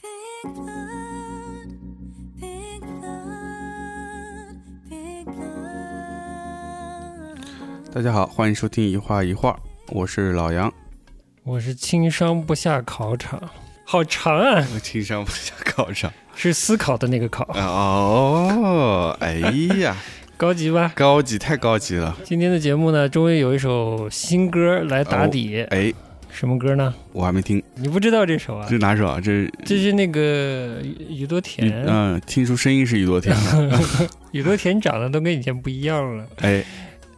Big blood, big blood, big blood. 大家好，欢迎收听一画一画，我是老杨。我是轻伤不下考场，好长啊，我情商不下考场是思考的那个啊考，哦，哎呀，高级吧？高级太高级了。今天的节目呢，终于有一首新歌来打底， 哎，什么歌呢？我还没听，你不知道这首啊这？是哪首啊？这这是那个宇宇多田，嗯，听出声音是宇多田 的。宇多田长得都跟以前不一样了，哎，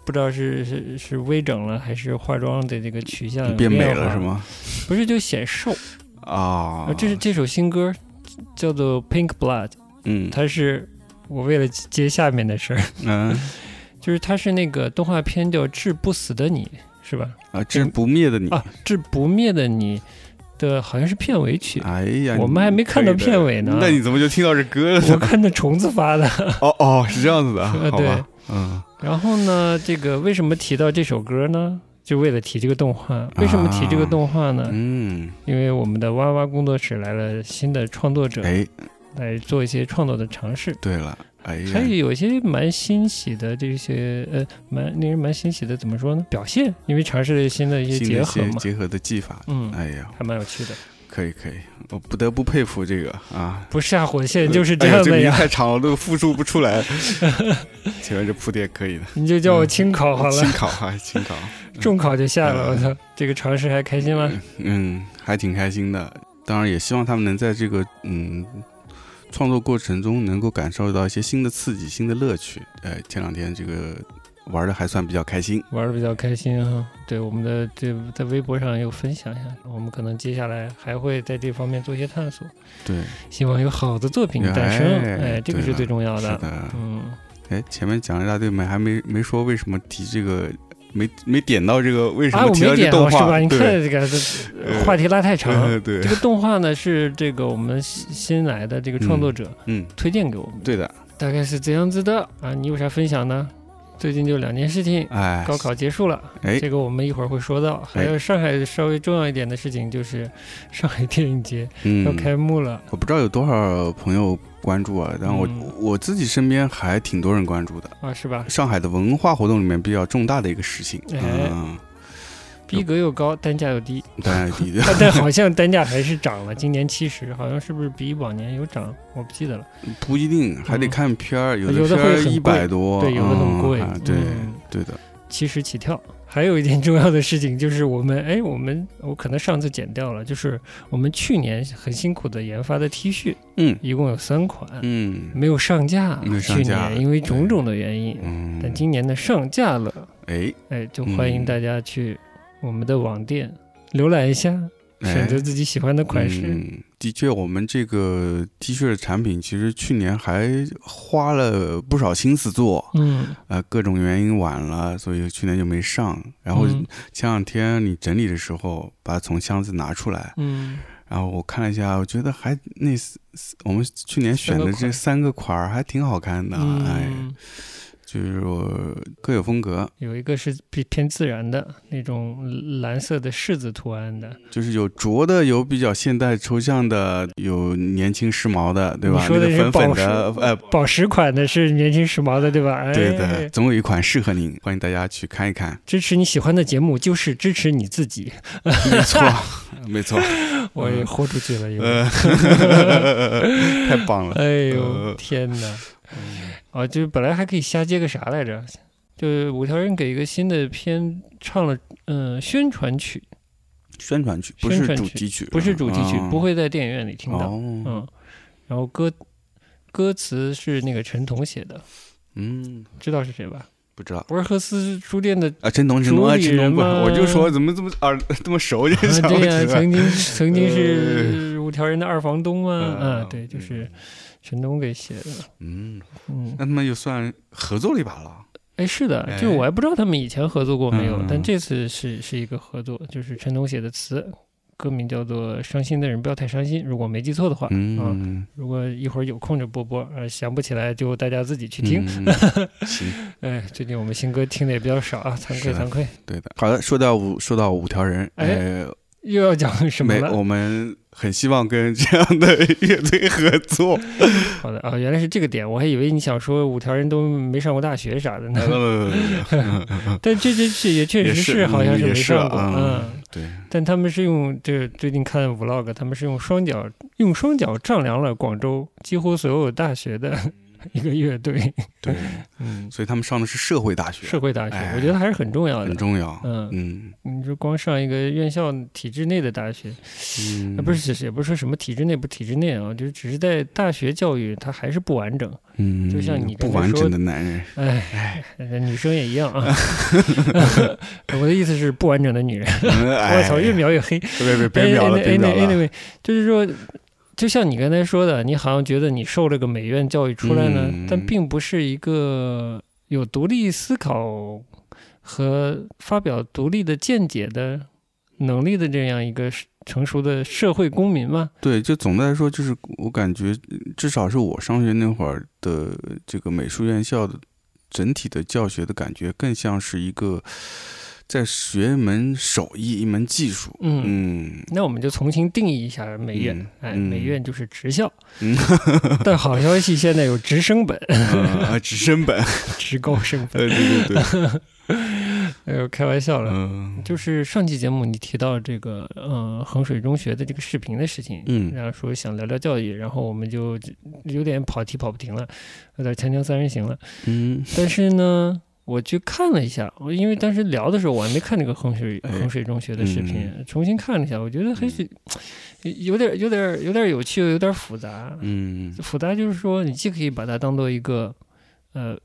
不知道是是是微整了还是化妆的这个取向有变美化了是？吗？不是，就显瘦。啊，这是这首新歌叫做《Pink Blood》，嗯它是我为了接下面的事儿。嗯就是它是那个动画片叫《致不死的你》，是吧？啊，这是不灭的你。啊，《致不灭的你》的好像是片尾曲，哎呀，我们还没看到片尾呢那你怎么就听到这歌了我 呢？看的虫子发的。 哦哦，是这样子的，呃好吧，嗯，然后呢，这个为什么提到这首歌呢？就为了提这个动画。为什么提这个动画呢？啊嗯，因为我们的哇哇工作室来了新的创作者，哎，来做一些创作的尝试。对了，哎还呀，有有一些蛮欣喜的这些呃，蛮令人蛮欣喜的，怎么说呢？表现，因为尝试了新的一些新结的一合些嘛，结合的技法，嗯，哎呀，还蛮有趣的。可以可以，我不得不佩服这个啊。不下火线就是这哎呀样的名呀，太长了，都复述不出 来。前面这嗯铺垫可以的，你就叫我轻考好轻了，考还轻 考，重考就下了。我嗯操，这个尝试还开心吗？嗯，还挺开心的。当然也希望他们能在这个嗯创作过程中能够感受到一些新的刺激、新的乐趣。呃，前两天这个玩的还算比较开心。玩的比较开心哈。对，我们的这在微博上又分享一下，我们可能接下来还会在这方面做一些探索，对，希望有好的作品诞哎生。哎，这个对是了最重要是的。的。嗯，哎，前面讲了一大堆，没还没没说为什么提这个，没没点到这个为什啊，么我提到没这点动了是画？吧？你看 对，这个呃这话题拉太长。呃对这，个动画呢是这个我们新新来的这个创作者嗯，推荐给我们的，对的。大概是这样子的啊。你有啥分享呢？最近就两件事情，哎，高考结束了，哎这个我们一会儿会说到。还有上海稍微重要一点的事情，就是上海电影节嗯要开幕了。我不知道有多少朋友关注啊，但我、嗯我自己身边还挺多人关注的。啊，是吧？上海的文化活动里面比较重大的一个事情，哎嗯，逼格又高，单价又低， 啊但是 但但好像单价还是涨了。今年七十，好像是不是比往年有涨？我不记得了。不一定，还得看片儿，有嗯有的的片儿会很一百多，对，有的很贵，嗯啊对、嗯对的，七十起跳。还有一件重要的事情就是，我们哎，我们我可能上次剪掉了，就是我们去年很辛苦的研发的 T 恤，嗯一共有三款，嗯没有上架，没有上架去年因为种种的原因，但嗯，今年呢上架了，哎哎，就欢迎大家去我们的网店浏览一下，选哎择自己喜欢的款式。嗯，的确，我们这个 T 恤的产品其实去年还花了不少心思做，嗯，呃，各种原因晚了，所以去年就没上。然后嗯前两天你整理的时候，把它从箱子拿出来，嗯，然后我看了一下，我觉得还那四四我们去年选的这三个款儿还挺好看的，嗯哎，就是我各有风格，有一个是比偏自然的那种蓝色的柿子图案的，就是有拙的，有比较现代抽象的，有年轻时髦的，对吧？你说的那是个粉粉宝石的，呃，宝石款的是年轻时髦的，对吧？哎、对的，，总有一款适合您，欢迎大家去看一 看。支持你喜欢的节目就是支持你自己。没错， 没错，我也豁出去了，因为。嗯呃， 太棒 了。哎呃呦天哪！啊，就是本来还可以瞎接个啥来着，就是五条人给一个新的片唱了，嗯、宣传曲宣传曲不宣是传主曲题曲，不是主题曲，嗯不会在电影院里听到，哦，嗯，然后歌歌词是那个陈彤写的，嗯，知道是谁吧？不知道博尔赫斯书店的，啊，陈彤，陈彤，主啊理陈彤人不，吗我就说怎么这么耳这么熟， 就啊想对呀、 不起来曾经曾经是五条人的二房东啊，嗯啊，对，就是陈彤给写的，嗯，嗯那，他们就算合作了一把了。哎，是的，哎就我还不知道他们以前合作过没有，嗯但这次是是一个合作，就是陈彤写的词，歌名叫做《伤心的人不要太伤心》，如果没记错的话，啊，嗯，如果一会儿有空就播播，呃，想不起来就大家自己去听。嗯行，哎，最近我们新歌听的也比较少啊，惭是愧的惭愧。对的。好的，说到五，说到五条人，哎呃，又要讲什么没，哦了？我们很希望跟这样的乐队合 作。好的啊，原来是这个点，我还以为你想说五条人都没上过大学啥的呢。呃不不不不不但这这这也确嗯也实是好像是没上过，嗯也是啊嗯，对，但他们是用这最近看 vlog，他们是用双脚用双脚丈量了广州几乎所有大学的 一个乐队，对，嗯，所以他们上的是社会大学， 社会大学，哎我觉得还是很重要很的。重要。嗯，嗯你就光上一个院校体制内的大学，嗯呃，不是，其实也不是说什么体制内不体制内啊，就是只是在大学教育它还是不完整。嗯，就像你刚才不完说整的男人，哎，呃 女生也一样啊。我的意思是不完整的女人。我我操，越描越黑。别别别秒了，别秒 a n y w 了。 a y 就是说，就像你刚才说的，你好像觉得你受了个美院教育出来呢，嗯但并不是一个有独立思考和发表独立的见解的能力的这样一个成熟的社会公民嘛。对，就总的来说，就是我感觉，呃至少是我上学那会儿的这个美术院校的整体的教学的感觉，更像是一个在学一门手艺、一门技术。嗯，嗯那我们就重新定义一下美院。嗯哎，嗯美院就是职校， 嗯但好消息现在有直升本、 嗯啊，直升本，职高升本。 呃，对对对，哎呦，开玩笑了。嗯就是上期节目你提到这个呃衡水中学的这个视频的事情，嗯然后说想聊聊教育，然后我们就有点跑题跑不停了，有点锵锵三人行了。嗯，但是呢，我去看了一下，我因为当时聊的时候我还没看这个衡水哎嗯衡水中学的视频，重新看了一下，我觉得还是有点有点有点有趣又有点复杂。嗯复杂就是说，你既可以把它当做一个呃，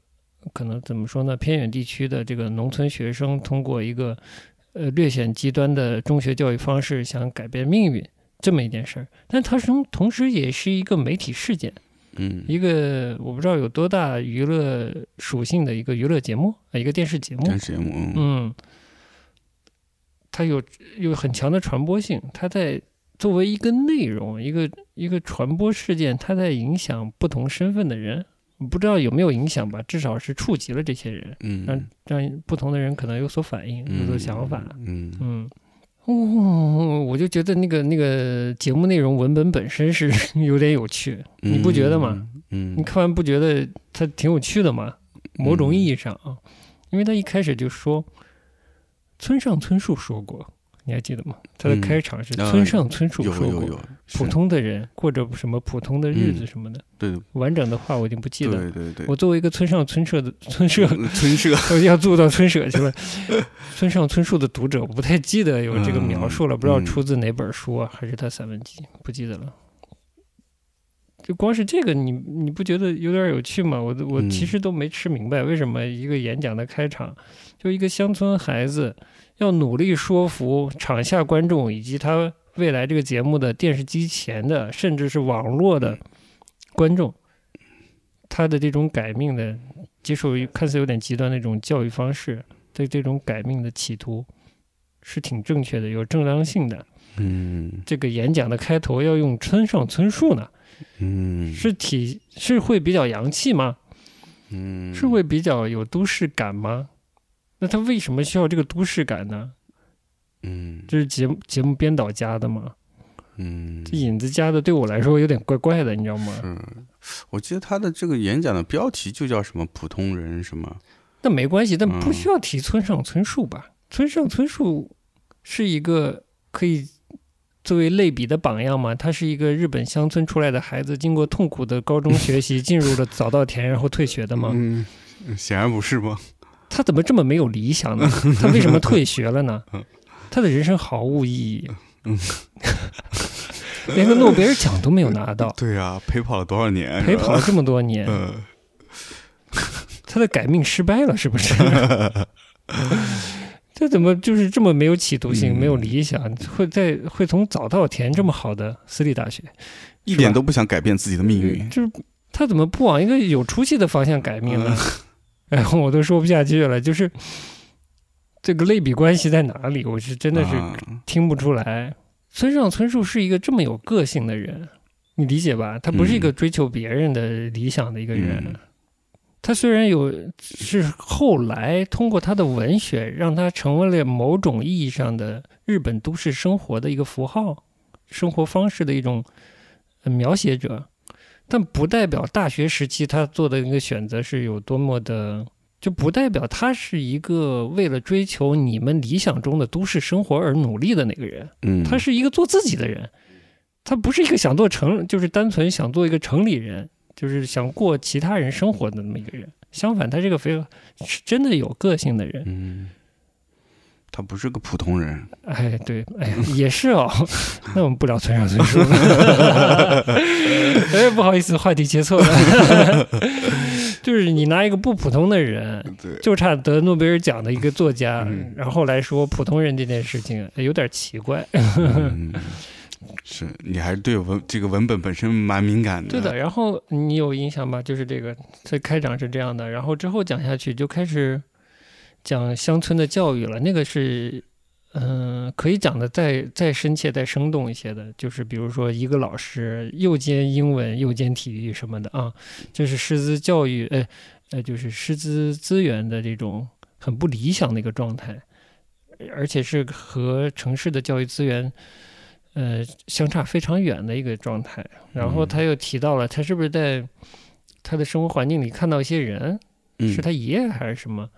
可能怎么说呢，偏远地区的这个农村学生通过一个呃略显极端的中学教育方式想改变命运这么一件事儿，但它同同时也是一个媒体事件，嗯，一个我不知道有多大娱乐属性的一个娱乐节目，呃、一个电视节目，电视节目，嗯嗯，它有有很强的传播性，它在作为一个内容，一个一个传播事件，它在影响不同身份的人，不知道有没有影响吧，至少是触及了这些人，让嗯，让不同的人可能有所反应，有所想法，嗯，嗯嗯。哦，我就觉得那个那个节目内容文本本身是 有点有趣，你不觉得吗？嗯？你嗯，看完不觉得它挺有趣的吗？某种意义上啊，因为他一开始就说，村上春树说过，你还记得吗？他的嗯开场是啊村上春树有说有过，有，普是通的人过着什么普通的日子嗯什么的，对完整的话我已经不记得了。对对对， 我作为一个村上春社的 村社，村社，我要做到村社去了。 村上春树的读者，我不太记得有这个描述了，嗯不知道出自哪本书啊，还是他散文集，不记得了。就光是这个，你你不觉得有点有趣吗？我都我嗯其实都没吃明白，为什么一个演讲的开场，就一个乡村孩子要努力说服场下观众以及他未来这个节目的电视机前的，甚至是网络的观众，他的这种改命的接受于看似有点极端的一种教育方式，对这种改命的企图是挺正确的，有正当性的。嗯这个演讲的开头要用村上春树呢，嗯，是体是会比较洋气吗？嗯是会比较有都市感吗？那他为什么需要这个都市感呢？嗯这是节目节目编导加的吗？嗯，这引子加的对我来说有点怪怪的，你知道吗？是，嗯我记得他的这个演讲的标题就叫什么“普通人”什么，那没关系，但嗯不需要提村上春树吧？村上春树是一个可以作为类比的榜样嘛？他是一个日本乡村出来的孩子，经过痛苦的高中学习，进入了早稻田，然后退学的嘛？嗯，显然不是吧？他怎么这么没有理想 呢？他为什么退学了呢？他的人生毫无意义嗯，，连个诺贝尔奖都没有拿到 对啊，陪跑了多少年？陪跑了这么多年，嗯他的改命失败了，是不 是？这怎么就是这么没有企图性、嗯没有理想？会在会从早稻田这么好的私立大学，一点都不想改变自己的命运。就是他怎么不往一个有出息的方向改命呢？ 哎，我都说不下去了，就是这个类比关系在哪里？我是真的是啊听不出来。村上春树是一个这么有个性的人，你理解吧？他不是一个追求别人的理想的一个人，嗯他虽然有是后来通过他的文学，让他成为了某种意义上的日本都市生活的一个符号，生活方式的一种、呃描写者，但不代表大学时期他做的一个选择是有多么的，就不代表他是一个为了追求你们理想中的都市生活而努力的那个人。嗯，他是一个做自己的人，他不是一个想做城，就是单纯想做一个城里人，就是想过其他人生活的那么一个人。相反，他是个非是真的有个性的人。嗯，他不是个普通人，哎，对，哎呀，也 是哦。那我们不聊村上春树了。 哎，不好意思，话题切错了。 就是你拿一个不普通的人，呃对，就差得诺贝尔奖的一个作家，嗯然后来说普通人这件事情，哎有点奇怪。嗯、 是你还是对文这个文本本身蛮敏感的，对的，，然后你有印象吧？就是这个，这开场是这样的，然后之后讲下去就开始讲乡村的教育了。那个是，嗯、可以讲的再再深切、再生动一些的，就是比如说一个老师又兼英文又兼体育什么的啊，这是师资教育，呃呃，就是师资资源的这种很不理想的一个状态，而且是和城市的教育资源。呃，相差非常远的一个状态。然后嗯他又提到了，他是不是在他的生活环境里看到一些人，嗯、是他爷爷还是什么，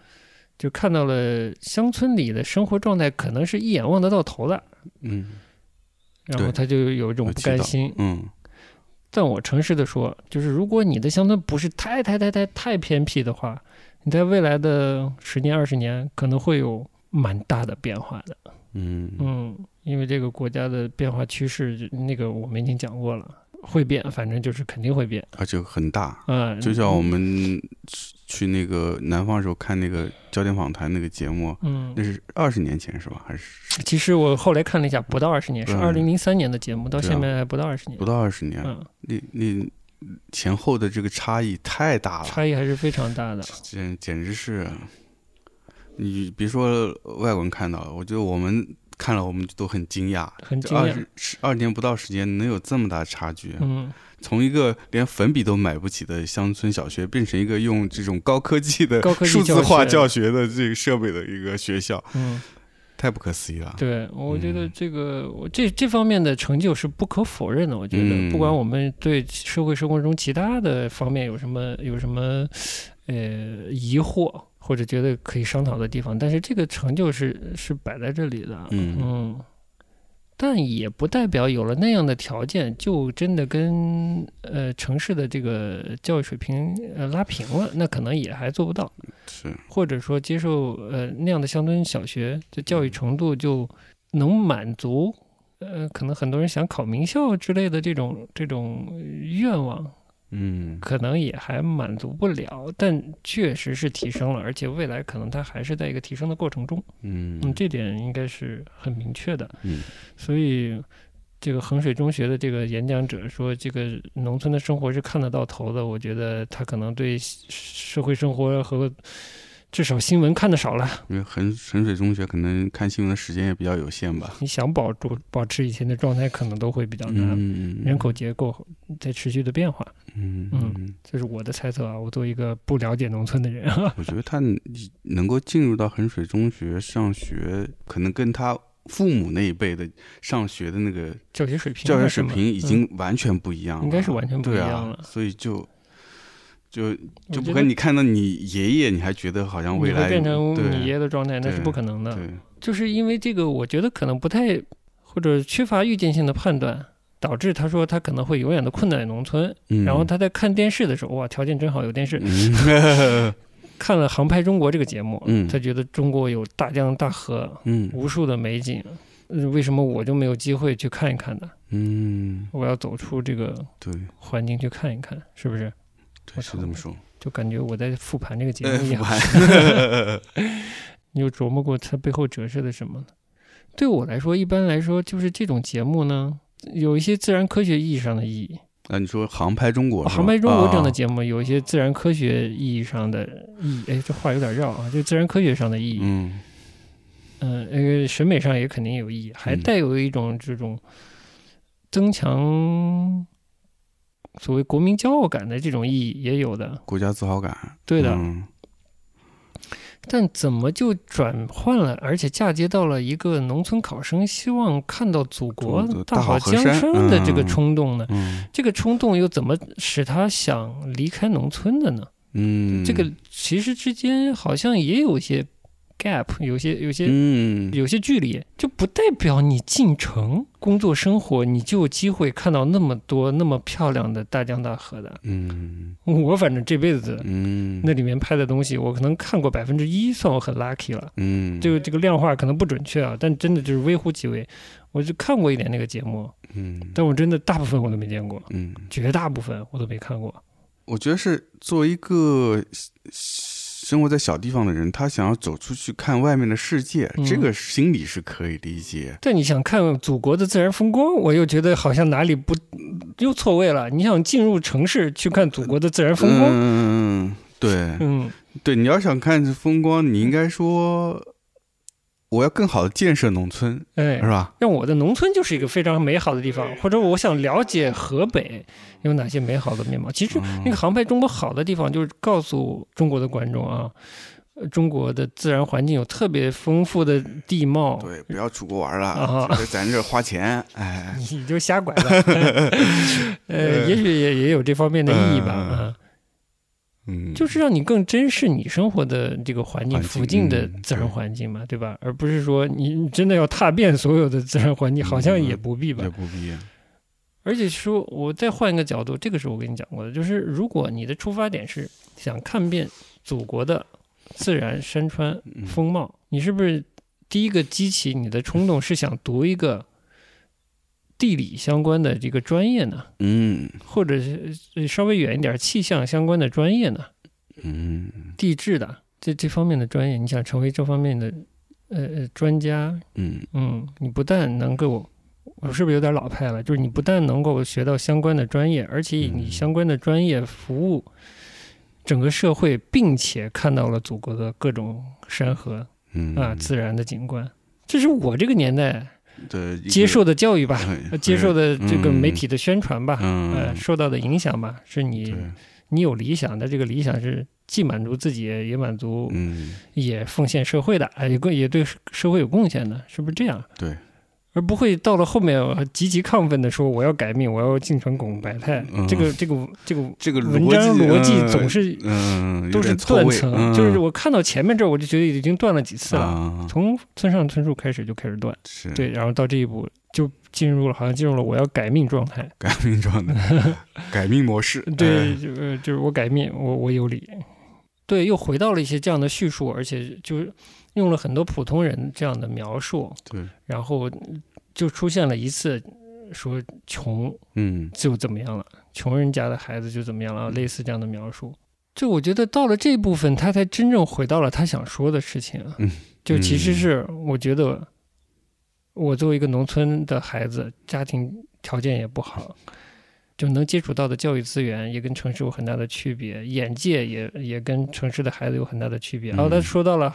就看到了乡村里的生活状态，可能是一眼望得到头的。嗯然后对他就有一种我不记得甘心。嗯但我诚实的说，就是如果你的乡村不是太太太太太偏僻的话，你在未来的十年二十年可能会有蛮大的变化的。嗯嗯嗯，因为这个国家的变化趋势，那个我们已经讲过了，会变，反正就是肯定会变。而且很大，嗯，就像我们去去那个南方的时候看那个焦点访谈那个节目，嗯那，是二十年前是吧？还是其实我后来看了一下，不到二十年，是二嗯零零三年的节目，到对啊现在还不到二十年不。到二十年？嗯，那那前后的这个差异太大了，差异还是非常大的。简简直是，你别说外国人看到了，我觉得我们看了我们都很惊讶，很这惊二讶十十二年不到时间能有这么大差距，啊嗯，从一个连粉笔都买不起的乡村小学，变成一个用这种高科技的高科技数字化教教学的这个设备的一个学校，嗯，太不可思议了。对，我觉得嗯这个我这这方面的成就是不可否认的。我觉得，嗯不管我们对社会生活中其他的方面有什么有什么呃疑惑，或者觉得可以商讨的地方，但是这个成就是是摆在这里的。嗯但也不代表有了那样的条件，就真的跟呃城市的这个教育水平呃拉平了，那可能也还做不到。是，或者说接受呃那样的乡村小学，就教育程度就能满足呃可能很多人想考名校之类的这种这种呃愿望，嗯，可能也还满足不了，但确实是提升了，而且未来可能它还是在一个提升的过程中，嗯，嗯，这点应该是很明确的，嗯，所以。这个衡水中学的这个演讲者说，这个农村的生活是看得到头的。我觉得他可能对社会生活和至少新闻看得少了，因为衡衡水中学可能看新闻的时间也比较有限吧。你想保住保持以前的状态，可能都会比较难。嗯，人口结构在持续的变化，嗯，嗯嗯嗯，这是我的猜测啊。我作为一个不了解农村的人啊，我觉得他能够进入到衡水中学上学，可能跟他父母那一辈的上学的那个教学水平教啊学什水么平已经完全不一样了，应该是完全不一样对了啊，所以就就我就不觉跟得你看到你爷爷，你还觉得好像你未会来变成对你爷爷的状态，那是对不可能的。对，就是因为这个，我觉得可能不太或者缺乏预见性的判断，导致他说他可能会永远的困在农村。嗯然后他在看电视的时候，哇，条件真好，有电视。嗯看了《航拍中国》这个节目，嗯他觉得中国有大江大河，嗯无数的美景，呃为什么我就没有机会去看一看呢？嗯，我要走出这个对环境去看一看，是不是？对是这么说，就感觉我在复盘这个节哎目一复样。呃盘 你有琢磨过它背后折射的什么呢？对我来说，一般来说就是这种节目呢，有一些自然科学意义上的意义。啊，你说航拍中国《是吧，哦航拍中国》这样的啊节目有一些自然科学意义上的意义。哎，这话有点绕啊，就自然科学上的意义。嗯嗯，呃，审美上也肯定有意义，还嗯带有一种这种增强所谓国民骄傲感的这种意义也有的。国家自豪感，对的，嗯但怎么就转换了，而且嫁接到了一个农村考生希望看到祖国祖国大大好好河江山山的这个嗯冲动呢？嗯这个冲动又怎么使他想离开农村的呢？嗯，这个其实之间好像也有一些 gap，有些有些、嗯有些距离，就不代表你进城工作生活，你就有机会看到那么多那么漂亮的大江大河的。嗯我反正这辈子嗯那里面拍的东西，我可能看过百分之一，算我很 lucky 了。嗯这个这个量化可能不准确啊，但真的就是微乎其微。我就看过一点那个节目，嗯但我真的大部分我都没见过，嗯，绝大部分我都没看过。我觉得是作为一个生活在小地方的人，他想要走出去看外面的世界，嗯这个心理是可以理解。但你想看祖国的自然风光，我又觉得好像哪里不又错位了。你想进入城市去看祖国的自然风光，嗯， 对嗯，对，你要想看风光，你应该说我要更好的建设农村，哎是，吧？让我的农村就是一个非常美好的地方，或者我想了解河北有哪些美好的面貌。其实嗯那个航拍中国好的地方，就是告诉中国的观众啊，呃中国的自然环境有特别丰富的地貌。对，不要出国玩了哦啊，就在咱这儿花钱， 哎，你你就瞎拐 了，呃，也许也也有这方面的意义吧，嗯啊，嗯，就是让你更珍视你生活的这个环境环境附近的嗯自然对环境嘛，对吧？而不是说你你真的要踏遍所有的自然环嗯境，好像也不必吧也。不必，而且说，我再换一个角度，这个是我跟你讲过的，就是如果你的出发点是想看遍祖国的自然山川嗯风貌，你是不是第一个激起你的冲动是想读一个地理相关的这个专业呢，嗯或者是呃稍微远一点气象相关的专业呢，嗯地质的这这方面的专业，你想成为这方面的呃呃专家，嗯嗯，你不但能够，我是不是有点老派了？就是你不但能够学到相关的专业，而且以你嗯相关的专业服务整个社会，并且看到了祖国的各种山河嗯啊、自然的景观，这是我这个年代对一个接受的教育吧，哎呃接受的这个嗯媒体的宣传吧，嗯呃，受到的影响吧，是你对你有理想的这个理想是既满足自己，也满足嗯也奉献社会的，哎，也贡也对社会有贡献的，是不是这样？对，而不会到了后面我积极亢奋的说我要改命，我要进城拱白菜，嗯这个这个这个这个文章逻辑总是是嗯都是断层，就是我看到前面这儿我就觉得已经断了几次了，啊从村上春树开始就开始断，是对，然后到这一步就进入了好像进入了我要改命状态，改命状态， 改命模式哎对，就呃就是我改命，我我有理。对，又回到了一些这样的叙述，而且就是用了很多普通人这样的描述，对然后就出现了一次说穷嗯就怎么样了，穷人家的孩子就怎么样了，类似这样的描述。就我觉得到了这部分，他才真正回到了他想说的事情啊。嗯就其实是我觉得，我作为一个农村的孩子，家庭条件也不好，就能接触到的教育资源也跟城市有很大的区别，眼界也也跟城市的孩子有很大的区别。然后他嗯说到了，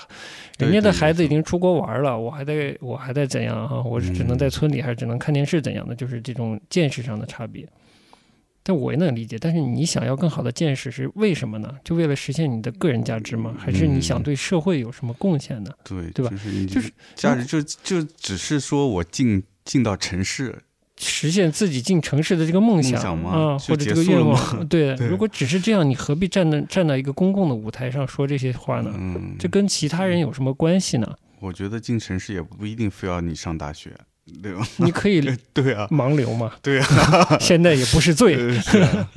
人对家对的孩子没已经出国玩了，我还在我还在怎样啊？我是只能嗯在村里，还是只能看电视怎样的？就是这种见识上的差别。但我也能理解，但是你想要更好的见识是为什么呢？就为了实现你的个人价值吗？还是你嗯想对社会有什么贡献呢？对对吧就是你就是价值就就只是说我进进到城市，实现自己进城市的这个梦梦想想吗啊，就或者结这个束了愿吗望，对， 对如果只是这样，你何必站在站到一个公共的舞台上说这些话呢？嗯，这跟其他人有什么关系呢？我觉得进城市也不一定非要你上大学，对吧？你可以 对啊，盲流嘛， 对啊，现在也不是罪， 呃是啊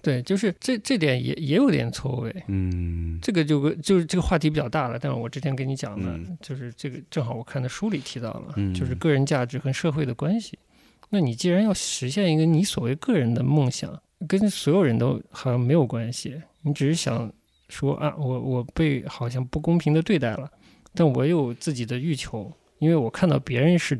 对，就是这这点也也有点错位。嗯这个就个就是这个话题比较大了，但是我之前跟你讲的，嗯就是这个正好我看的书里提到了，嗯就是个人价值和社会的关系。那你既然要实现一个你所谓个人的梦想，跟所有人都好像没有关系，你只是想说啊，我我被好像不公平的对待了，但我有自己的欲求，因为我看到别人是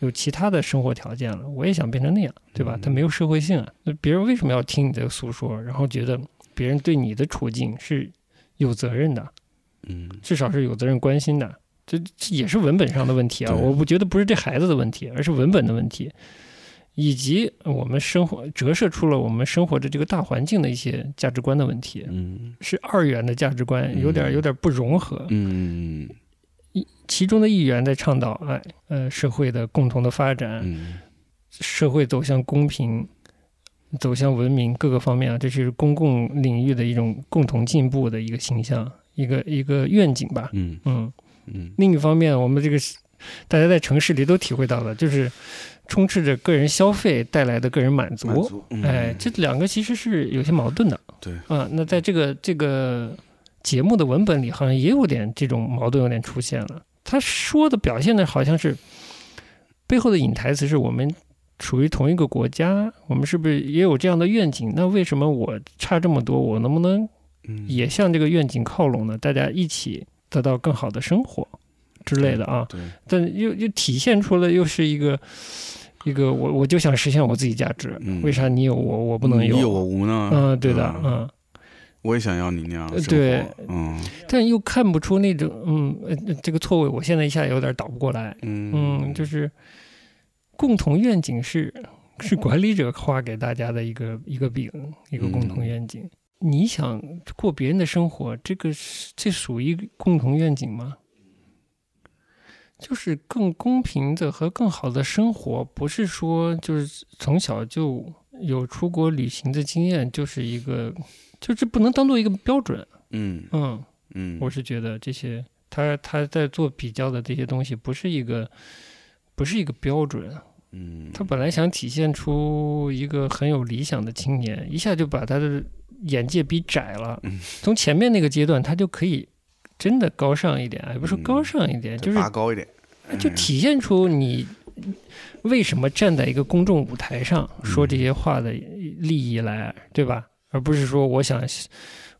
有其他的生活条件了，我也想变成那样，对吧嗯？他没有社会性啊，那别人为什么要听你的诉说，然后觉得别人对你的处境是有责任的，嗯至少是有责任关心的。这这也是文本上的问题啊！对我不觉得不是这孩子的问题，而是文本的问题。以及我们生活折射出了我们生活的这个大环境的一些价值观的问题，嗯是二元的价值观，嗯有点有点不融合。嗯其中的一员在倡导哎呃社会的共同的发展，嗯社会走向公平，走向文明各个方面啊，这是公共领域的一种共同进步的一个形象，一个一个愿景吧。嗯嗯，嗯另一方面，我们这个大家在城市里都体会到了，就是充斥着个人消费带来的个人满足。满足，嗯哎，这两个其实是有些矛盾的。对啊，那在这个这个节目的文本里，好像也有点这种矛盾，有点出现了。他说的表现的好像是背后的隐台词是我们属于同一个国家，我们是不是也有这样的愿景？那为什么我差这么多，我能不能嗯也向这个愿景靠拢呢？大家一起得到更好的生活之类的啊。对，但又又体现出了又是一个一个我我就想实现我自己价值，嗯为啥你有我我不能你有我无呢？嗯，对的，嗯嗯，我也想要你那样的呃生活对，嗯但又看不出那种，嗯，呃这个错位，我现在一下有点倒不过来，嗯嗯，就是共同愿景是是管理者画给大家的一个一个饼，一个共同愿景。你想过别人的生活，这个是这属于共同愿景吗？就是更公平的和更好的生活，不是说就是从小就有出国旅行的经验，就是一个，就这不能当做一个标准。嗯嗯，嗯，我是觉得这些他他在做比较的这些东西，不是一个不是一个标准。啊嗯他本来想体现出一个很有理想的青年，一下就把他的眼界逼窄了嗯。从前面那个阶段，他就可以真的高尚一点，也不是说高嗯尚一点，就是拔高一点，就哎嗯体现出你为什么站在一个公众舞台上嗯说这些话的利益来，对吧？而不是说我想，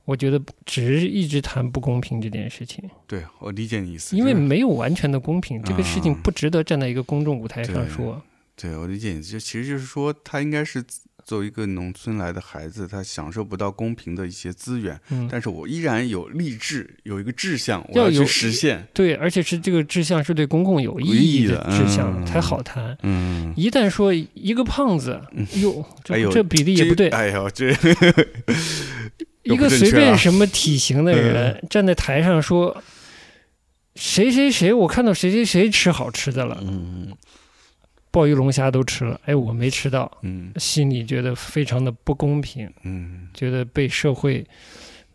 我觉得只是一直谈不公平这件事情，对我理解你意思，因为就是没有完全的公平，这个事情啊不值得站在一个公众舞台上对说。对我理解你，就其实就是说，他应该是作为一个农村来的孩子，他享受不到公平的一些资源，嗯，但是我依然有励志，有一个志向，我要有去实现。对，而且是这个志向是对公共有意义有意义的志向嗯才好谈。嗯，一旦说一个胖子，哟，哎这呦这比例也这不对，哎呦，这一个随啊便什么体型的嗯人站在台上说，谁谁谁，我看到谁谁谁吃好吃的了，嗯鲍鱼龙虾都吃了，哎，我没吃到，嗯心里觉得非常的不公平，嗯觉得被社会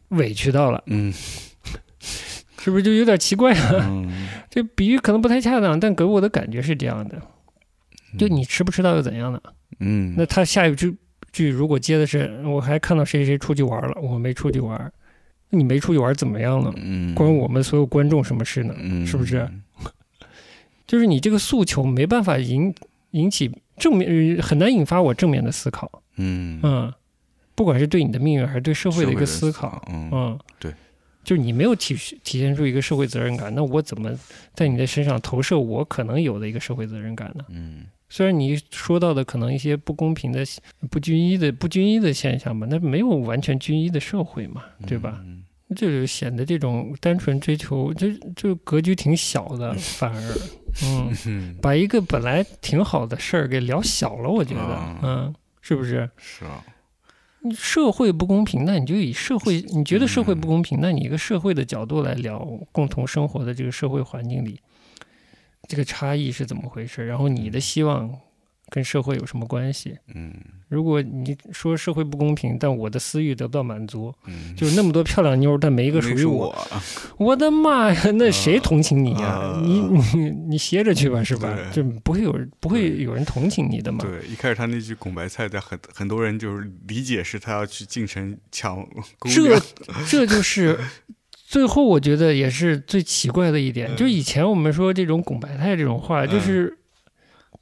委屈到了，嗯是不是就有点奇怪了？嗯，这比喻可能不太恰当，但给我的感觉是这样的。 就你吃不吃到又怎样呢？嗯，那他下一句句如果接的是我还看到谁谁出去玩了，我没出去玩，你没出去玩怎么样呢？嗯关我们所有观众什么事呢？嗯是不是？就是你这个诉求没办法引引起正面，呃很难引发我正面的思考。嗯，嗯，不管是对你的命运还是对社社会的一个思思考，，嗯嗯，对，就是你没有体体现出一个社会责任感，那我怎么在你的身上投射我可能有的一个社会责任感呢？嗯虽然你说到的可能一些不公平的、不均一的、不均一的现象嘛，那没有完全均一的社会嘛，对吧？？嗯这就显得这种单纯追求，就就格局挺小的，反而，嗯，嗯，把一个本来挺好的事儿给聊小了，我觉得啊，嗯，是不是？是啊，社会不公平，那你就以社会，你觉得社会不嗯公平，那你一个社会的角度来聊共同生活的这个社会环境里，这个差异是怎么回事？然后你的希望跟社会有什么关系？嗯如果你说社会不公平，但我的私欲得不到满足，嗯，就是那么多漂亮妞儿，但没一一个属于我我，，我的妈呀，那谁同情你呀、啊嗯你你你歇着去吧，是吧？对就不会有人不会有人同情你的嘛。对，一开始他那句“拱白菜”的很很多人就是理解是他要去进城抢姑这娘，这就是最后我觉得也是最奇怪的一点，嗯就以前我们说这种拱白菜这种话，嗯就是。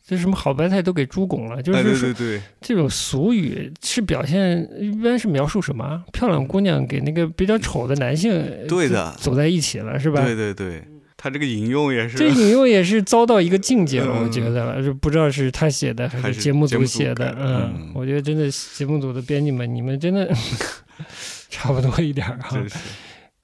这什么好白菜都给猪拱了，就哎是对对说对，这种俗语是表现，一般是描述什么啊漂亮姑娘给那个比较丑的男性对的走在一起呃了，是吧？对对对，他这个引用也是这引用也是遭到一个境界了，嗯我觉得了，就不知道是他写的还还是是节目节组目组写改。的的嗯嗯，我觉得真 的节目组的编辑们，你们真的差不多一点儿啊。 真是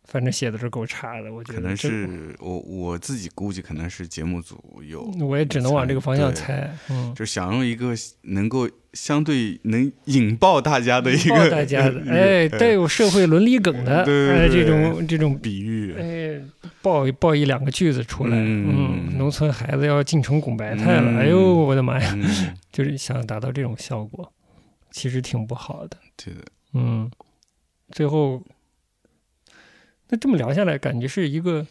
反正写的是够差的，我觉得可能这是我我自己估计，可能是节目组有，我也只能往这个方向对猜。嗯，就想用一个能够相对能引爆大家的 一报个 大家的一，个呃哎，带有社会伦理梗 的，对对哎，对这种这种，比喻，哎，爆一爆一两个句子出来，嗯嗯，农村孩子要进城拱白菜了，嗯哎呦，我的妈呀，嗯，就是想达到这种效果，其实挺不好的，对的，嗯，最后，那这么聊下来，感觉是一个。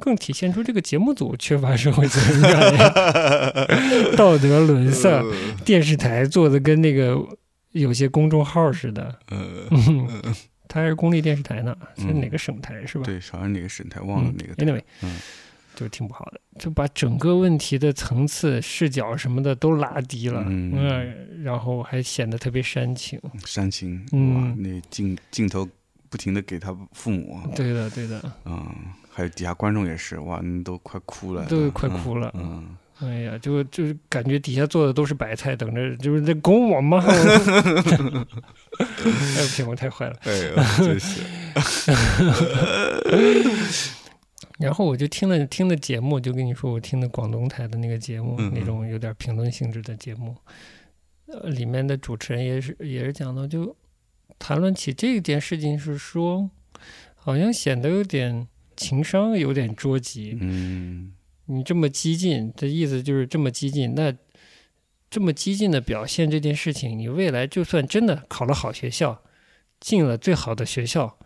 更体现出这个节目组缺乏社会责任感、 道德沦丧，嗯电视台做的跟那个有些公众号似的，呃，嗯它还是公立电视台呢，是嗯哪个省台是吧？对，好像哪个省台忘了嗯哪个台， Anyway，嗯就挺不好的，就把整个问题的层次、视角什么的都拉低了，嗯嗯，然后还显得特别煽情。煽情，嗯哇，那镜镜头不停的给他父母，对的，对的，嗯，还有底下观众也是，哇，你都快哭了，都快哭了。嗯，哎呀，就就是感觉底下坐的都是白菜，等着就是在拱我 嘛。哎，不行，我太坏了。嗯，哎呦，真是，然后我就听了听的节目，就跟你说，我听的广东台的那个节目，嗯嗯那种有点评论性质的节目，呃，里面的主持人也是也是讲到，就谈论起这件事情是说，好像显得有点情商有点捉急， 嗯你这么激进的意思就是这么激进，那这么激进的表现这件事情，你未来就算真的考了好学校，进了最好的学校，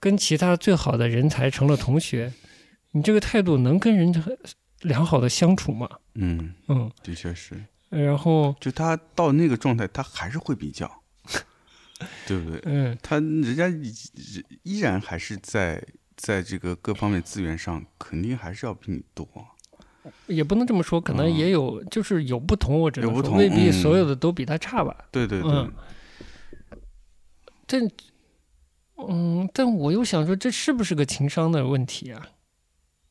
跟其他最好的人才成了同学，你这个态度能跟人家良好的相处吗？嗯，嗯，的确是，然后就他到那个状态，他还是会比较，对不对？嗯，他人家依依然还是在在这个各方面资源上，肯定还是要比你多。也不能这么说，可能嗯也有、就是有不同，我只能有不说同未必嗯所有的都比他差吧。对对对，嗯但嗯，但我又想说，这是不是个情商的问题啊？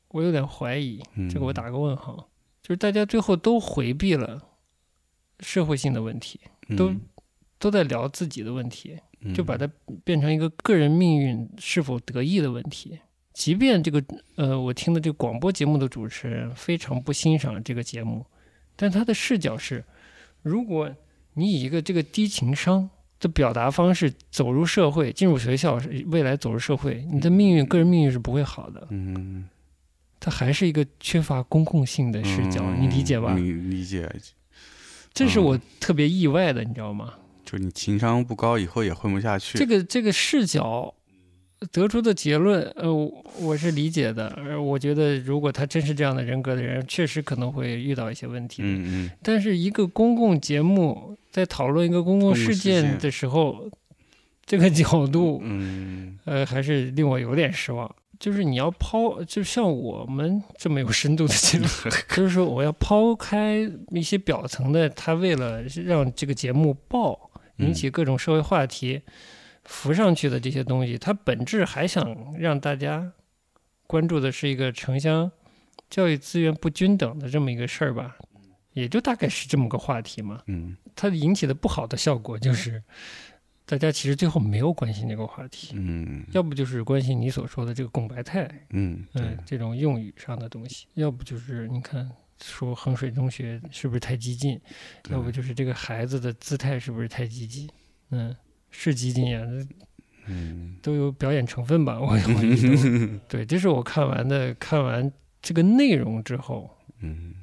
我有点怀疑。嗯这个我打个问号，就是大家最后都回避了社会性的问题，都嗯都在聊自己的问题，嗯就把它变成一个个人命运是否得意的问题。即便这个呃，我听的这个广播节目的主持人非常不欣赏这个节目，但他的视角是，如果你以一个这个低情商的表达方式走入社会，进入学校，未来走入社会，你的命运、个人命运是不会好的。嗯它还是一个缺乏公共性的视角，你理解吧？嗯你理解，这是我特别意外的，你知道吗？就你情商不高，以后也混不下去。这个这个视角得出的结论，呃，我我是理解的。而我觉得，如果他真是这样的人格的人，确实可能会遇到一些问题。嗯嗯，但是，一个公共节目在讨论一个公共共事事件件的时候，这个角度，嗯呃，还是令我有点失望。就是你要抛，就像我们这么有深度的节目，就是说我要抛开一些表层的，他为了让这个节目爆，嗯引起各种社会话题浮上去的这些东西，它本质还想让大家关注的是一个城乡教育资源不均等的这么一个事儿吧，也就大概是这么个话题嘛。嗯它引起的不好的效果就是，大家其实最后没有关心这个话题。嗯要不就是关心你所说的这个“拱白菜嗯”，嗯对，，这种用语上的东西；要不就是你看说衡水中学是不是太激进，对要不就是这个孩子的姿态是不是太激进，嗯，是激进呀，那嗯都有表演成分 吧，我怀疑都。对，这是我看完的，看完这个内容之后嗯，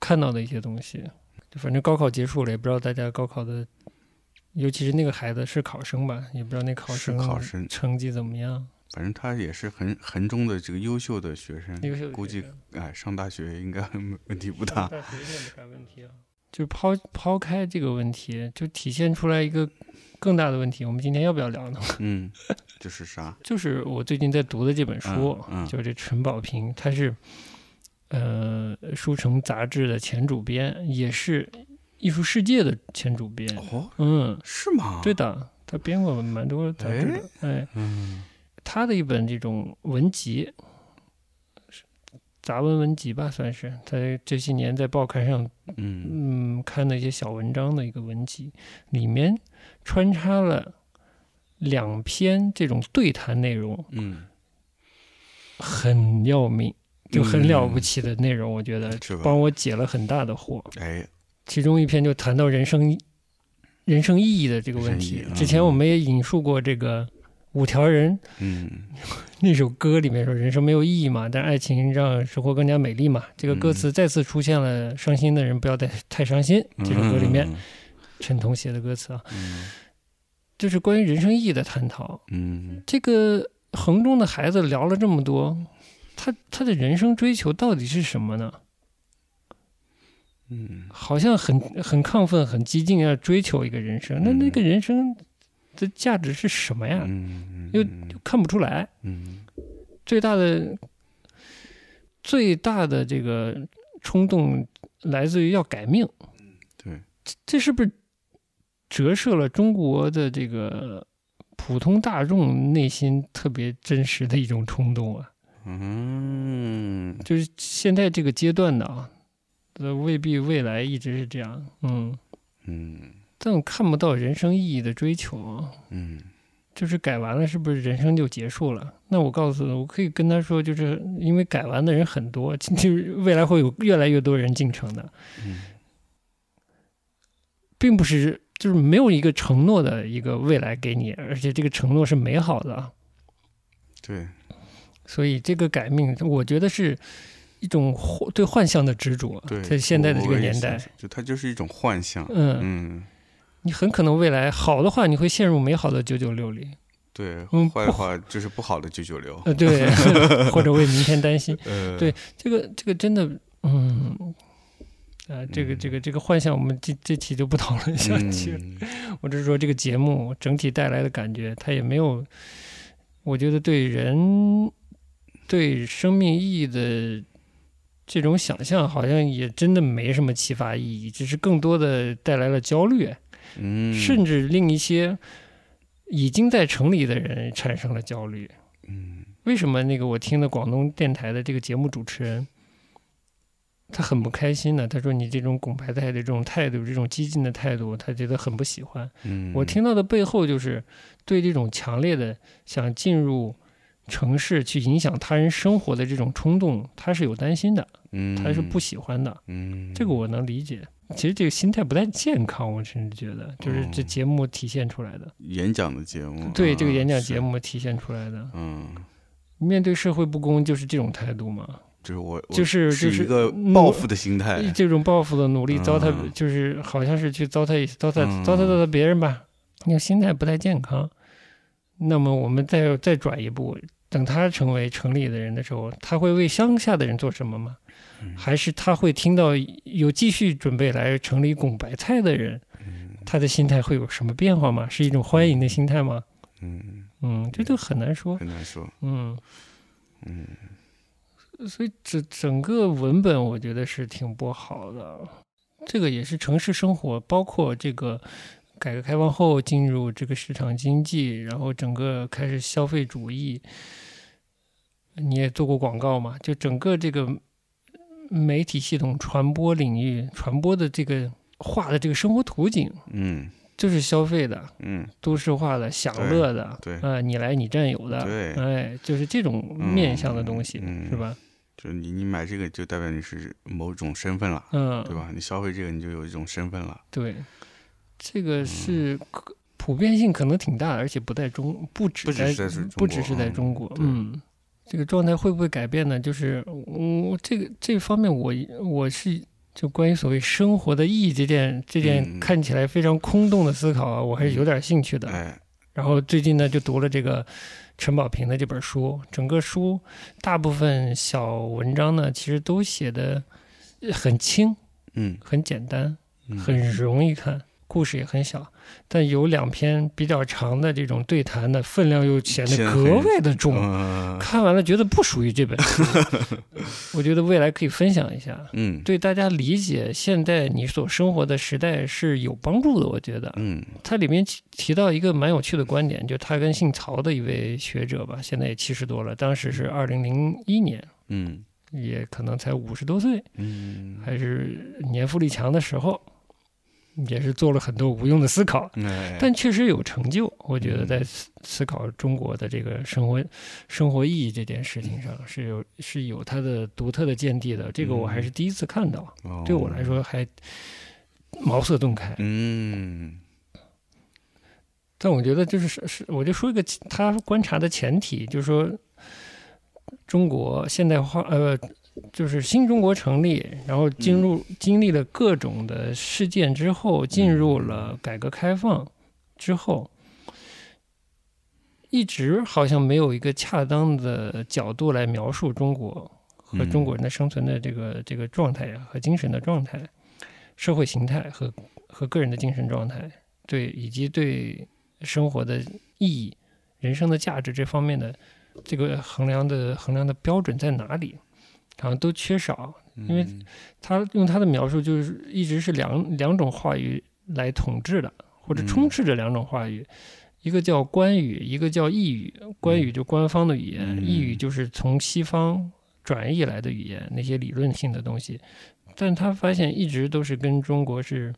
看到的一些东西。就反正高考结束了，也不知道大家高考的，尤其是那个孩子是考生吧，也不知道那考是生考生成绩怎么样。反正他也是衡衡中的这个优秀的学生，优秀的嗯估计学生哎上大学应该问题不 大。大学应该没啥问题啊。啊就抛抛开这个问题，就体现出来一个更大的问题。我们今天要不要聊呢？嗯，这是啥？就是我最近在读的这本书，嗯嗯就是这陈宝平，他是呃《书城》杂志的前主编，也是《艺术世界》的前主编。哦，啊嗯，是吗？对的，他编过蛮多杂志的。哎，嗯他的一本这种文集，杂文文集吧，算是在这些年在报刊上嗯嗯，看的一些小文章的一个文集，里面穿插了两篇这种对谈内容嗯，很要命，就很了不起的内容，我觉得是吧帮我解了很大的惑。哎，其中一篇就谈到人生人生意义的这个问人题生意义。啊之前我们也引述过这个五条人嗯那首歌里面说“人生没有意义嘛，但爱情让生活更加美丽嘛”。这个嗯歌词再次出现了“伤心的人不要太太伤心”这首歌里面，陈彤写的歌词啊，嗯就是关于人生意义的探讨。嗯这个衡中的孩子聊了这么多，他他的人生追求到底是什么呢？嗯好像很很亢奋、很激进，要追求一个人生。那嗯那个人生的价值是什么哎呀？嗯，又就看不出来。嗯最大的最大的这个冲动来自于要改命。对，这这是不是折射了中国的这个普通大众内心特别真实的一种冲动啊？嗯就是现在这个阶段的啊，呃，未必未来一直是这样，嗯，嗯但我看不到人生意义的追求啊，嗯就是改完了是不是人生就结束了？那我告诉他，我可以跟他说，就是因为改完的人很多， 就就是未来会有越来越多人进城的，嗯并不是就是没有一个承诺的一个未来给你，而且这个承诺是美好的啊，对，所以这个改命，我觉得是一种幻对幻象的执着，对，在现在的这个年代，，就它就是一种幻象。嗯，嗯，你很可能未来好的话，你会陷入美好的九九 六里，对，嗯坏不话就是不好的九九六。呃，对， 或者为明天担心，呃，对 这个这个真的，嗯。啊，这个嗯这个这个幻象，我们这这期就不讨论下去了。嗯 我只是说这个节目整体带来的感觉，它也没有，我觉得对人对生命意义的这种想象，好像也真的没什么启发意义，只是更多的带来了焦虑，嗯，甚至令一些已经在城里的人产生了焦虑。嗯为什么那个我听的广东电台的这个节目主持人，他很不开心呢？他说你这种拱牌态的这种态度，这种激进的态度，他觉得很不喜欢。嗯，我听到的背后就是对这种强烈的想进入城市去影响他人生活的这种冲动，他是有担心的，嗯，他是不喜欢的。嗯，这个我能理解。其实这个心态不太健康，我甚至觉得，就是这嗯节目体现出来的，演讲的节目，对啊这个演讲节，是目体现出来的，嗯，面对社会不公就是这种态度嘛，就是我我就是就是嗯一个努报复的心态，这种报复的努力糟蹋，嗯就是好像是去糟蹋糟蹋嗯糟蹋糟蹋别人吧，你的心态不太健康。那么我们再再转一步，等他成为城里的人的时候，他会为乡下的人做什么吗？嗯还是他会听到有继续准备来城里拱白菜的人，嗯他的心态会有什么变化吗？是一种欢迎的心态吗？嗯，嗯，这都很难说。很难说，嗯，嗯所以整整个文本我觉得是挺不好的，这个也是城市生活，包括这个改革开放后进入这个市场经济，然后整个开始消费主义。你也做过广告嘛？就整个这个媒体系统传播领域传播的这个画的这个生活图景，嗯就是消费的、嗯，都市化的、享乐的，对啊、你来你占有的，对嗯哎，就是这种面向的东西，嗯嗯是吧？就是你你买这个就代表你是某种身份了，嗯，对吧？你消费这个你就有一种身份了，对？这嗯个是可普遍性可能挺大的，而且不在中，不不只只在是在中不只是在嗯中国，对嗯。这个状态会不会改变呢？就是我、这个这方面我，我是就关于所谓生活的意义这件这件嗯看起来非常空洞的思考啊，我还是有点兴趣的。哎，然后最近呢，就读了这个陈宝平的这本书，整个书大部分小文章呢，其实都写的很轻、嗯，很简单、嗯很容易看，故事也很小，但有两篇比较长的这种对谈的分量又显显得得很格外的重，呃看完了觉得不属于 这本书，我觉得未来可以分享一下。嗯对大家理解现在你所生活的时代是有帮助的，我觉得。嗯它里面提提到一个蛮有趣的观点，就他跟姓曹的一位学者吧，现在也七十多了，当时是二零零一年，嗯也可能才五十多岁，嗯，还是年富力强的时候。也是做了很多无用的思考，哎但确实有成就。我觉得在嗯思思考中国的这个生活生活意义这件事情上，嗯是有是有它的独特的见地的。这个我还是第一次看到，哦对我来说还茅塞顿开。嗯但我觉得就是是是，我就说一个其他观察的前提，就是说中国现代化呃，就是新中国成立，然后进入、经历了各种的事件之后，进入了改革开放之后。一直好像没有一个恰当的角度来描述中国和嗯中国人的生存的这个、这个状态呀和精神的状态、社会形态和和个人的精神状态，对以及对生活的意义、人生的价值这方面的这个衡量的衡量的标准在哪里，好像都缺少。因为嗯他用他的描述就是一直是两两种话语来统治的，或者充斥着两种话语，一个叫官语，一个叫异语。官语就官方的语言，嗯异语就是从西方转译来的语言，那些理论性的东西。但他发现一直都是跟中国是，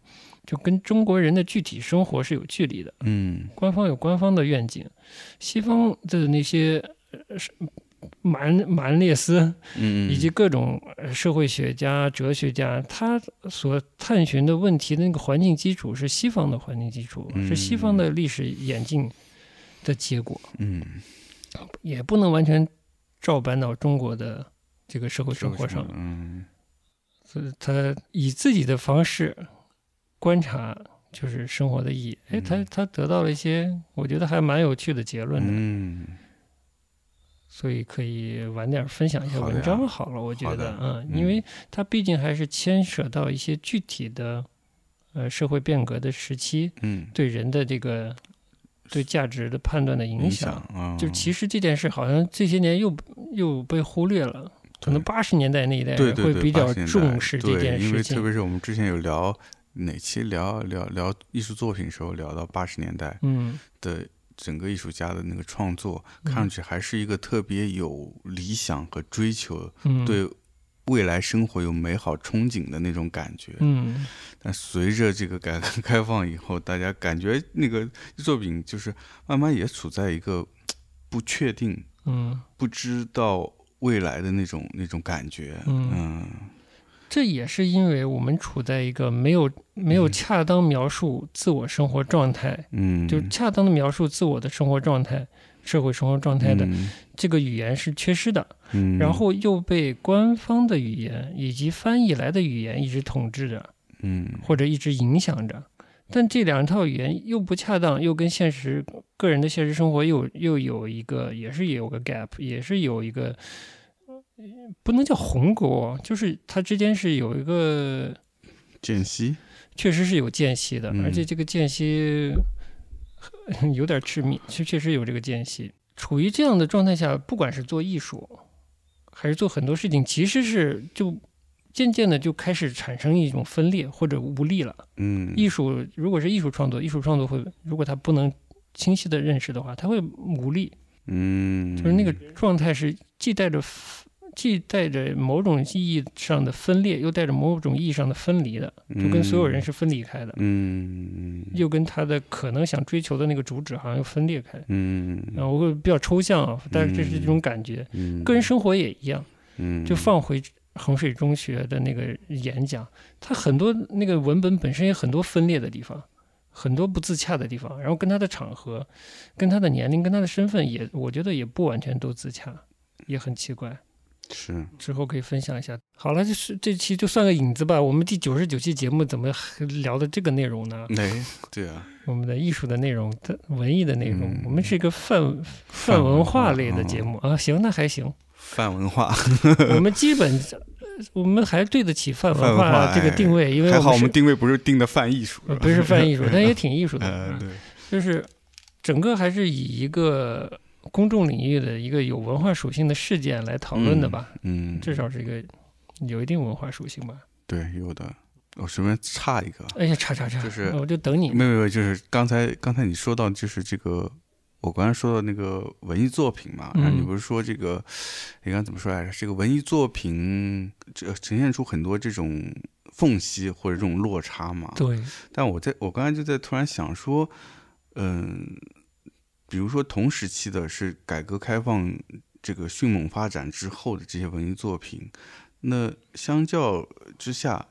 就跟中国人的具体生活是有距离的。嗯官方有官方的愿景，西方的那些呃是蛮蛮列斯嗯以及各种呃社会学家、哲学家，他所探寻的问题的那个环境基础是西方的环境基础，嗯是西方的历史演进的结果，嗯也不能完全照搬到中国的这个社会生活上。嗯所以他以自己的方式观察，就是生活的意义。哎，嗯他他得到了一些我觉得还蛮有趣的结论的，嗯所以可以晚点分享一下好的呀文章好了。我觉好得的啊，嗯因为它毕竟还是牵扯到一些具体的呃社会变革的时期嗯对人的这个对价值的判断的影影响。啊，就其实这件事好像这些年又又被忽略了，可能对八十年代那一代对人对会对比较80年代重视这对件因为事特情。别是我们之前有聊哪期聊聊聊艺术作品的时候，聊到八十年代嗯，的整个艺术家的那个创作，嗯看上去还是一个特别有理想和追求，嗯，对未来生活有美好憧憬的那种感觉。嗯，但随着这个改 革开放以后，大家感觉那个作品就是慢慢也处在一个不确定、嗯，不知道未来的那种那种感觉。嗯嗯这也是因为我们处在一个没有没有嗯恰当描述自我生活状态，嗯，就恰当的描述自我的生活状态、社会生活状态的、嗯这个语言是缺失的，嗯，然后又被官方的语言以及翻译来的语言一直统治着，嗯或者一直影响着。但这两套语言又不恰当，又跟现实个人的现实生活又又有一个，也是有个 gap，也是有一个，呃不能叫鸿沟，就是它之间是有一个，间隙，确实是有间隙的，嗯而且这个间隙呵 有点致命，确确实有这个间隙。处于这样的状态下，不管是做艺术，还是做很多事情，其实是就渐渐的就开始产生一种分裂或者无力了。嗯，艺术如果是艺术创作，艺术创作会，如果他不能清晰的认识的话，他会无力，嗯，就是那个状态是既带着 f- 既带着某种意义上的分裂，又带着某种意义上的分离的，就跟所有人是分离开的，嗯，嗯又跟他的可能想追求的那个主旨好像又分裂开。嗯，然后会比较抽象啊，但是这是这种感觉。嗯个人生活也一样，嗯就放回衡水中学的那个演讲，他很多那个文本本身有很多分裂的地方，很多不自洽的地方，然后跟他的场合、跟他的年龄、跟他的身份也，我觉得也不完全都自洽，也很奇怪。是之后可以分享一下。好了，就是这期就算个引子吧。我们第九十九期节目怎么 还聊的这个内容呢？哎，对啊，我们的艺术的内容、的文艺的内容，嗯我们是一个泛泛泛文文化化类的哦节目啊。行，那还行。 泛文化，我们基本，呃我们还对得起泛文泛文化化哎这个定位，因为还好我我们们是定位不是定的泛艺术，呃不是泛 艺术，但也挺艺术呃，的，对，嗯就是整个还是以一个公众领域的一个有文化属性的事件来讨论的吧，嗯，至少是一个有一定文化属性吧。对，有的。我随便插一个，哎呀，叉叉叉，就是我就等你。没有没有，就是刚才刚才你说到就是这个，我刚才说到那个文艺作品嘛，嗯然后你不是说这个，你刚才怎么说来着？这个文艺作品这呈现出很多这种缝隙或者这种落差嘛。对，但我在我刚才就在突然想说，嗯、比如说同时期的是改革开放这个迅猛发展之后的这些文艺作品，那相较之下，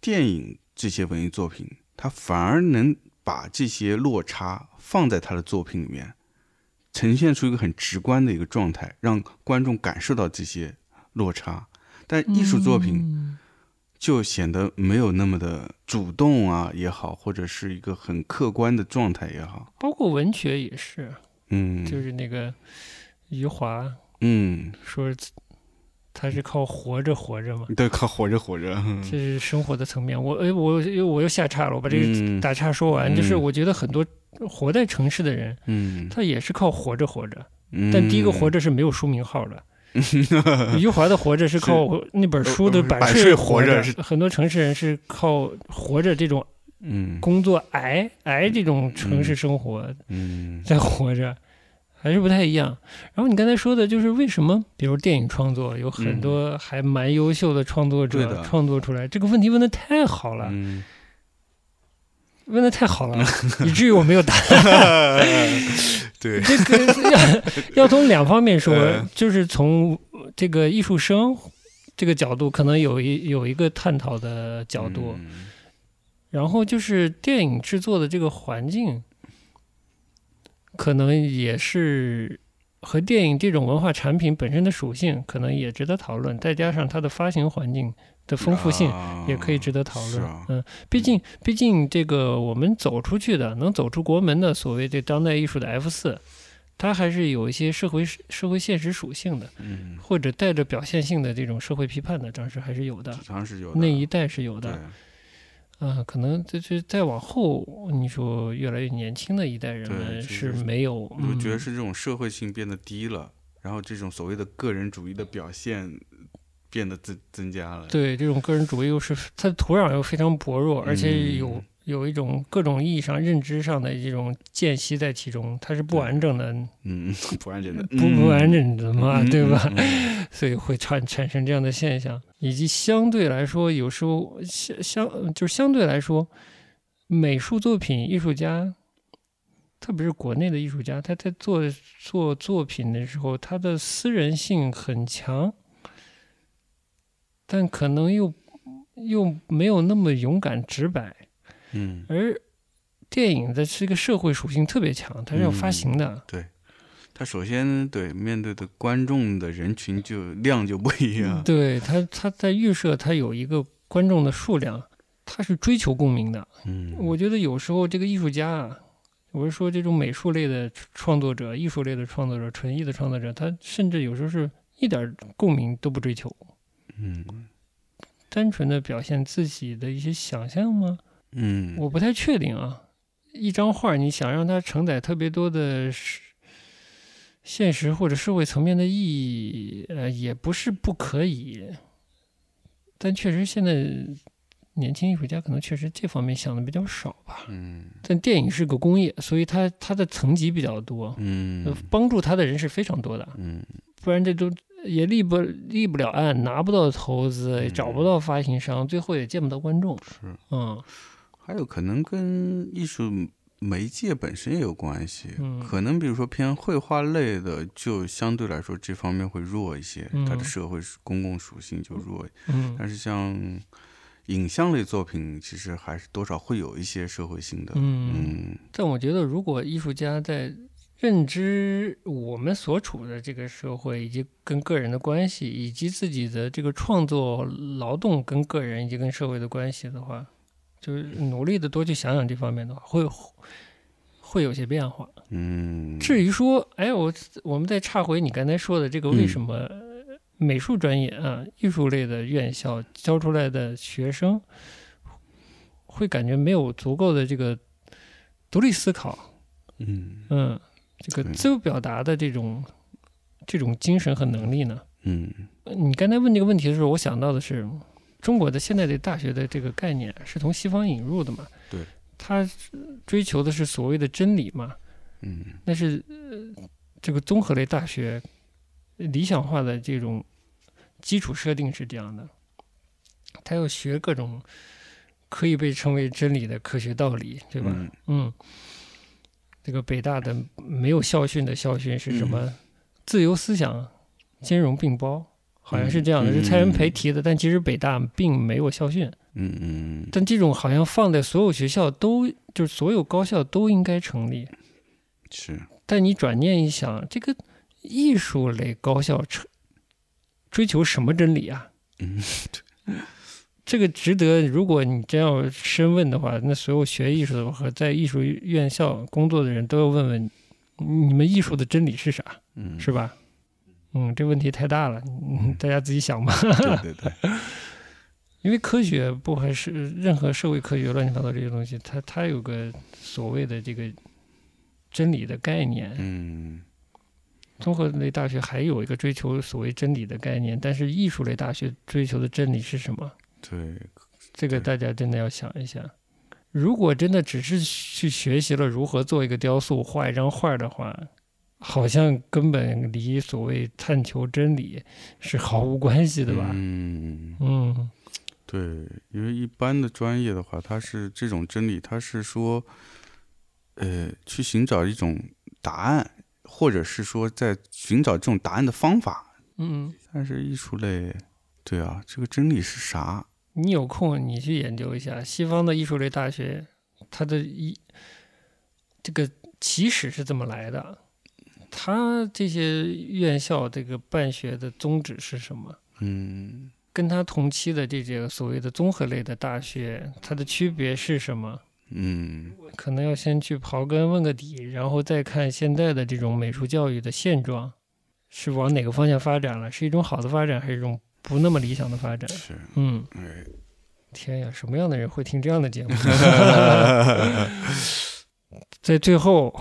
电影这些文艺作品，它反而能把这些落差放在他的作品里面，呈现出一个很直观的一个状态，让观众感受到这些落差。但艺术作品，嗯就显得没有那么的主动啊也好，或者是一个很客观的状态也好，包括文学也是，嗯，就是那个余华嗯，说他是靠活着活着嘛，对，靠活着活着，嗯这是生活的层面。我哎，我又我又下岔了，我把这个嗯打岔说完，就是嗯我觉得很多活在城市的人，嗯，他也是靠活着活着，嗯但第一个活着是没有书名号 的。余华的活着是靠那本书的呃版版税税活着着，是很多城市人是靠活着这种嗯工作挨挨这种城市生活，嗯 在活着，还是不太一样。然后你刚才说的就是为什么，比如电影创作有很多还蛮优秀的创作嗯对者的创作出来，这个问题问的太好了，嗯，问的太 好了，以至于我没有答案。对，这个 要要从两方面说嗯，就是从这个艺术生这个角度，可能有一有一个探讨的角度。嗯然后就是电影制作的这个环境，可能也是和电影这种文化产品本身的属性，可能也值得讨论。再加上它的发行环境的丰富性，啊也可以值得讨是论。啊嗯，毕竟毕竟这个我们走出去的，能走出国门的所谓这当代艺术的 F 四，它还是有一些社会社会现实属性的，嗯，或者带着表现性的这种社会批判的，当时还是有的时。常是有的那一代是有的对，，啊，可能这这再往后，你说越来越年轻的一代人对们其是实是没有，我觉得嗯是这种社会性变得低了，然后这种所谓的个人主义的表现变得增增加了，对这种个人主义又是它的土壤又非常薄弱，而且嗯有有一种各种意义上认知上的这种间隙在其中，它是不对完整的， 嗯，不完整的，不不完整的嘛，嗯对吧？？嗯嗯所以会产产生这样的现象，以及相对来说，有时候相相就是相对来说，美术作品艺术家，特别是国内的艺术家，他在做做作品的时候，他的私人性很强，但可能又又没有那么勇敢直白，嗯而电影的这个社会属性特别强，它是要发嗯行的，他首先对面对的观众的人群就量就不一样，对他，他在预设他有一个观众的数量，他是追求共鸣的。嗯，我觉得有时候这个艺术家啊，我是说这种美术类的创作者、艺术类的创作者、纯艺的创作者，他甚至有时候是一点儿共鸣都不追求，嗯单纯的表现自己的一些想象吗？嗯，我不太确定啊。一张画，你想让它承载特别多的是现实或者社会层面的意义，呃，也不是不可以。但确实，现在年轻艺术家可能确实这方面想的比较少吧。嗯但电影是个工业，所以它它的层级比较多，嗯呃帮助他的人是非常多的。嗯不然这都也立不立不了案，拿不到投资，也找不到发行商，最后也见不到观众。嗯是，嗯，还有可能跟艺术媒介本身也有关系，嗯可能比如说偏绘画类的，就相对来说这方面会弱一些，嗯它的社会属公共属性就弱，嗯但是像影像类作品，其实还是多少会有一些社会性的，嗯，嗯但我觉得，如果艺术家在认知我们所处的这个社会，以及跟个人的关系，以及自己的这个创作劳动跟个人以及跟社会的关系的话，就是努力的多去想想这方面的话，会会有些变化。嗯，至于说，哎，我我们再岔回你刚才说的这个，嗯为什么美术专业啊、艺术类的院校教出来的学生会感觉没有足够的这个独立思考，嗯嗯，这个对自由表达的这种这种精神和能力呢？嗯呃你刚才问这个问题的时候，我想到的是，中国的现在的大学的这个概念是从西方引入的嘛？对，它追求的是所谓的真理嘛？嗯那是、呃这个综合类大学理想化的这种基础设定是这样的，他要学各种可以被称为真理的科学道理，对吧？嗯嗯，这个北大的没有校训的校训是什么？嗯自由思想，兼容并包，好像是这样的，嗯是蔡元培提的。但其实北大并没有校训，嗯嗯但这种好像放在所有学校都，就是所有高校都应该成立。是，但你转念一想，这个艺术类高校成追求什么真理啊？嗯这个值得，如果你真要深问的话，那所有学艺术的和在艺术院校工作的人都要问问，你们艺术的真理是啥，嗯是吧？嗯，这问题太大了，嗯大家自己想吧。对对 对，因为科学不还是任何社会科学乱七八糟这些东西，它它有个所谓的这个真理的概念。嗯综合类大学还有一个追求所谓真理的概念，但是艺术类大学追求的真理是什么？对，这个大家真的要想一下。如果真的只是去学习了如何做一个雕塑、画一张画的话，好像根本离所谓探求真理是毫无关系的吧？嗯嗯对，因为一般的专业的话，它是这种真理，它是说，呃，去寻找一种答案，或者是说在寻找这种答案的方法。嗯，但是艺术类，对啊，这个真理是啥？你有空你去研究一下西方的艺术类大学，它的一这个起始是怎么来的？它这些院校这个办学的宗旨是什么？嗯跟它同期的这些所谓的综合类的大学，它的区别是什么？嗯可能要先去刨根问个底，然后再看现在的这种美术教育的现状是往哪个方向发展了，是一种好的发展，还是一种不那么理想的发展？是，嗯，哎，天呀，什么样的人会听这样的节目？ 在最后，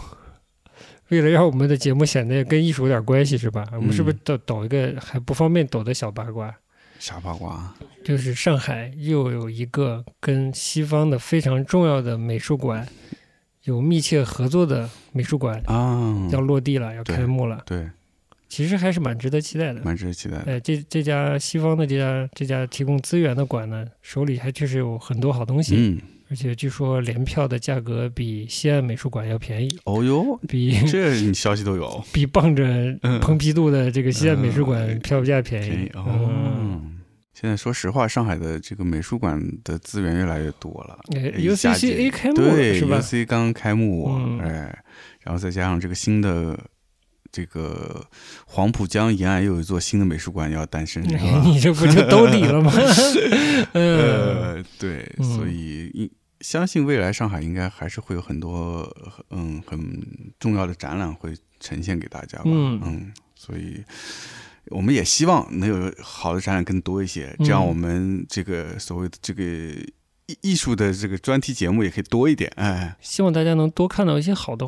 为了让我们的节目显得跟艺术有点关系，是吧？我们是不是抖抖一个还不方便抖的小八卦？啥八卦啊？就是上海又有一个跟西方的非常重要的美术馆有密切合作的美术馆啊，要落地了，要对开幕了，对，其实还是蛮值得期待的。蛮值得期待的。呃，这这家西方的这家这家提供资源的馆呢，手里还确实有很多好东西，嗯，而且据说联票的价格比西岸美术馆要便宜，哦哟，比这你消息都有，比傍着嗯蓬皮杜的这个西岸美术嗯馆票价便便宜宜。嗯哦。现在说实话，上海的这个美术馆的资源越来越多了。嗯，呃一下子 UCCA 开幕了对是吧？ ，UC 刚开幕，嗯哎，然后再加上这个新的这个黄浦江沿岸又有一座新的美术馆要诞生，是吧 你这不就兜底 了吗？嗯，呃，对，嗯所以应相信未来上海应该还是会有很多嗯很重要的展览会呈现给大家吧，嗯所以。我们也希望能有好的展览更多一些，这样嗯我们这个所谓的这个艺艺术的这个专题节目也可以多一点，哎，希望大家能多看到一些好的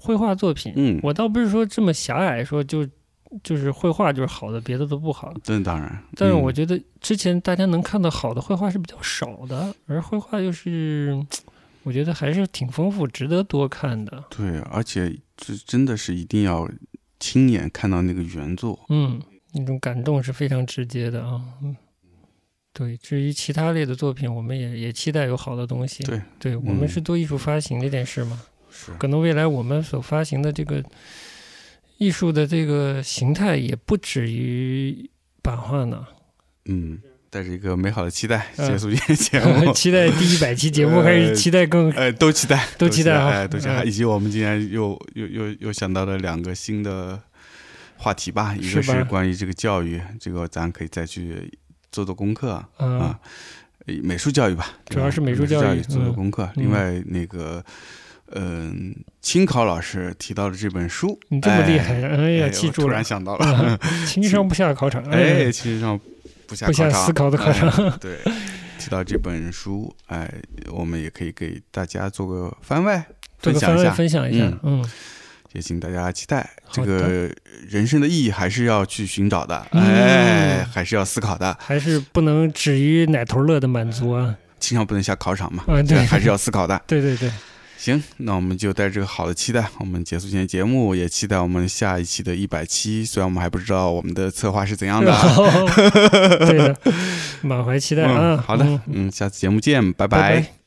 绘画作品。嗯，我倒不是说这么狭隘，说就就是绘画就是好的，别的都不好。这当然，但是嗯我觉得之前大家能看到好的绘画是比较少的，而绘画又是我觉得还是挺丰富，值得多看的。嗯对，而且这真的是一定要亲眼看到那个原作，嗯，那种感动是非常直接的啊。嗯，对。至于其他类的作品，我们也也期待有好的东西。对，对我们嗯是做艺术发行这件事嘛，是可能未来我们所发行的这个艺术的这个形态也不止于版画 呢。嗯，带着一个美好的期待嗯结束今天节 目，期待第一百 期节目，哎还是期待更呃，都期待， 都期期待啊哎，都期待，嗯以及我们今天又又又又想到了两个新的话题吧，一是个吧是关于这个教育，这个咱可以再去做做功课啊啊？呃美术教育吧，主要是对吧美美术教教育做做嗯功课。另外那个，嗯，清考老师提到了这本书，你这么厉哎害，哎呀，哎记我住突了然，想到了，啊情商不下考场，哎，，其实上不下嗯不下考场思考的考场哎对，提到这本书，哎，我们也可以给大家做个番外，做分个享番一外下，分享一下嗯，嗯，也请大家期待。这好的个人生的意义还是要去寻找的，嗯哎，还是要思考的，还是不能止于奶头乐的满足啊，经常不能下考场嘛，啊对还是要思考的。对对对，行，那我们就带着这个好的期待，我们结束今天节目，也期待我们下一期的一百期。虽然我们还不知道我们的策划是怎样的， 对的，满怀期待啊！嗯，好的嗯，嗯，下次节目见，拜拜拜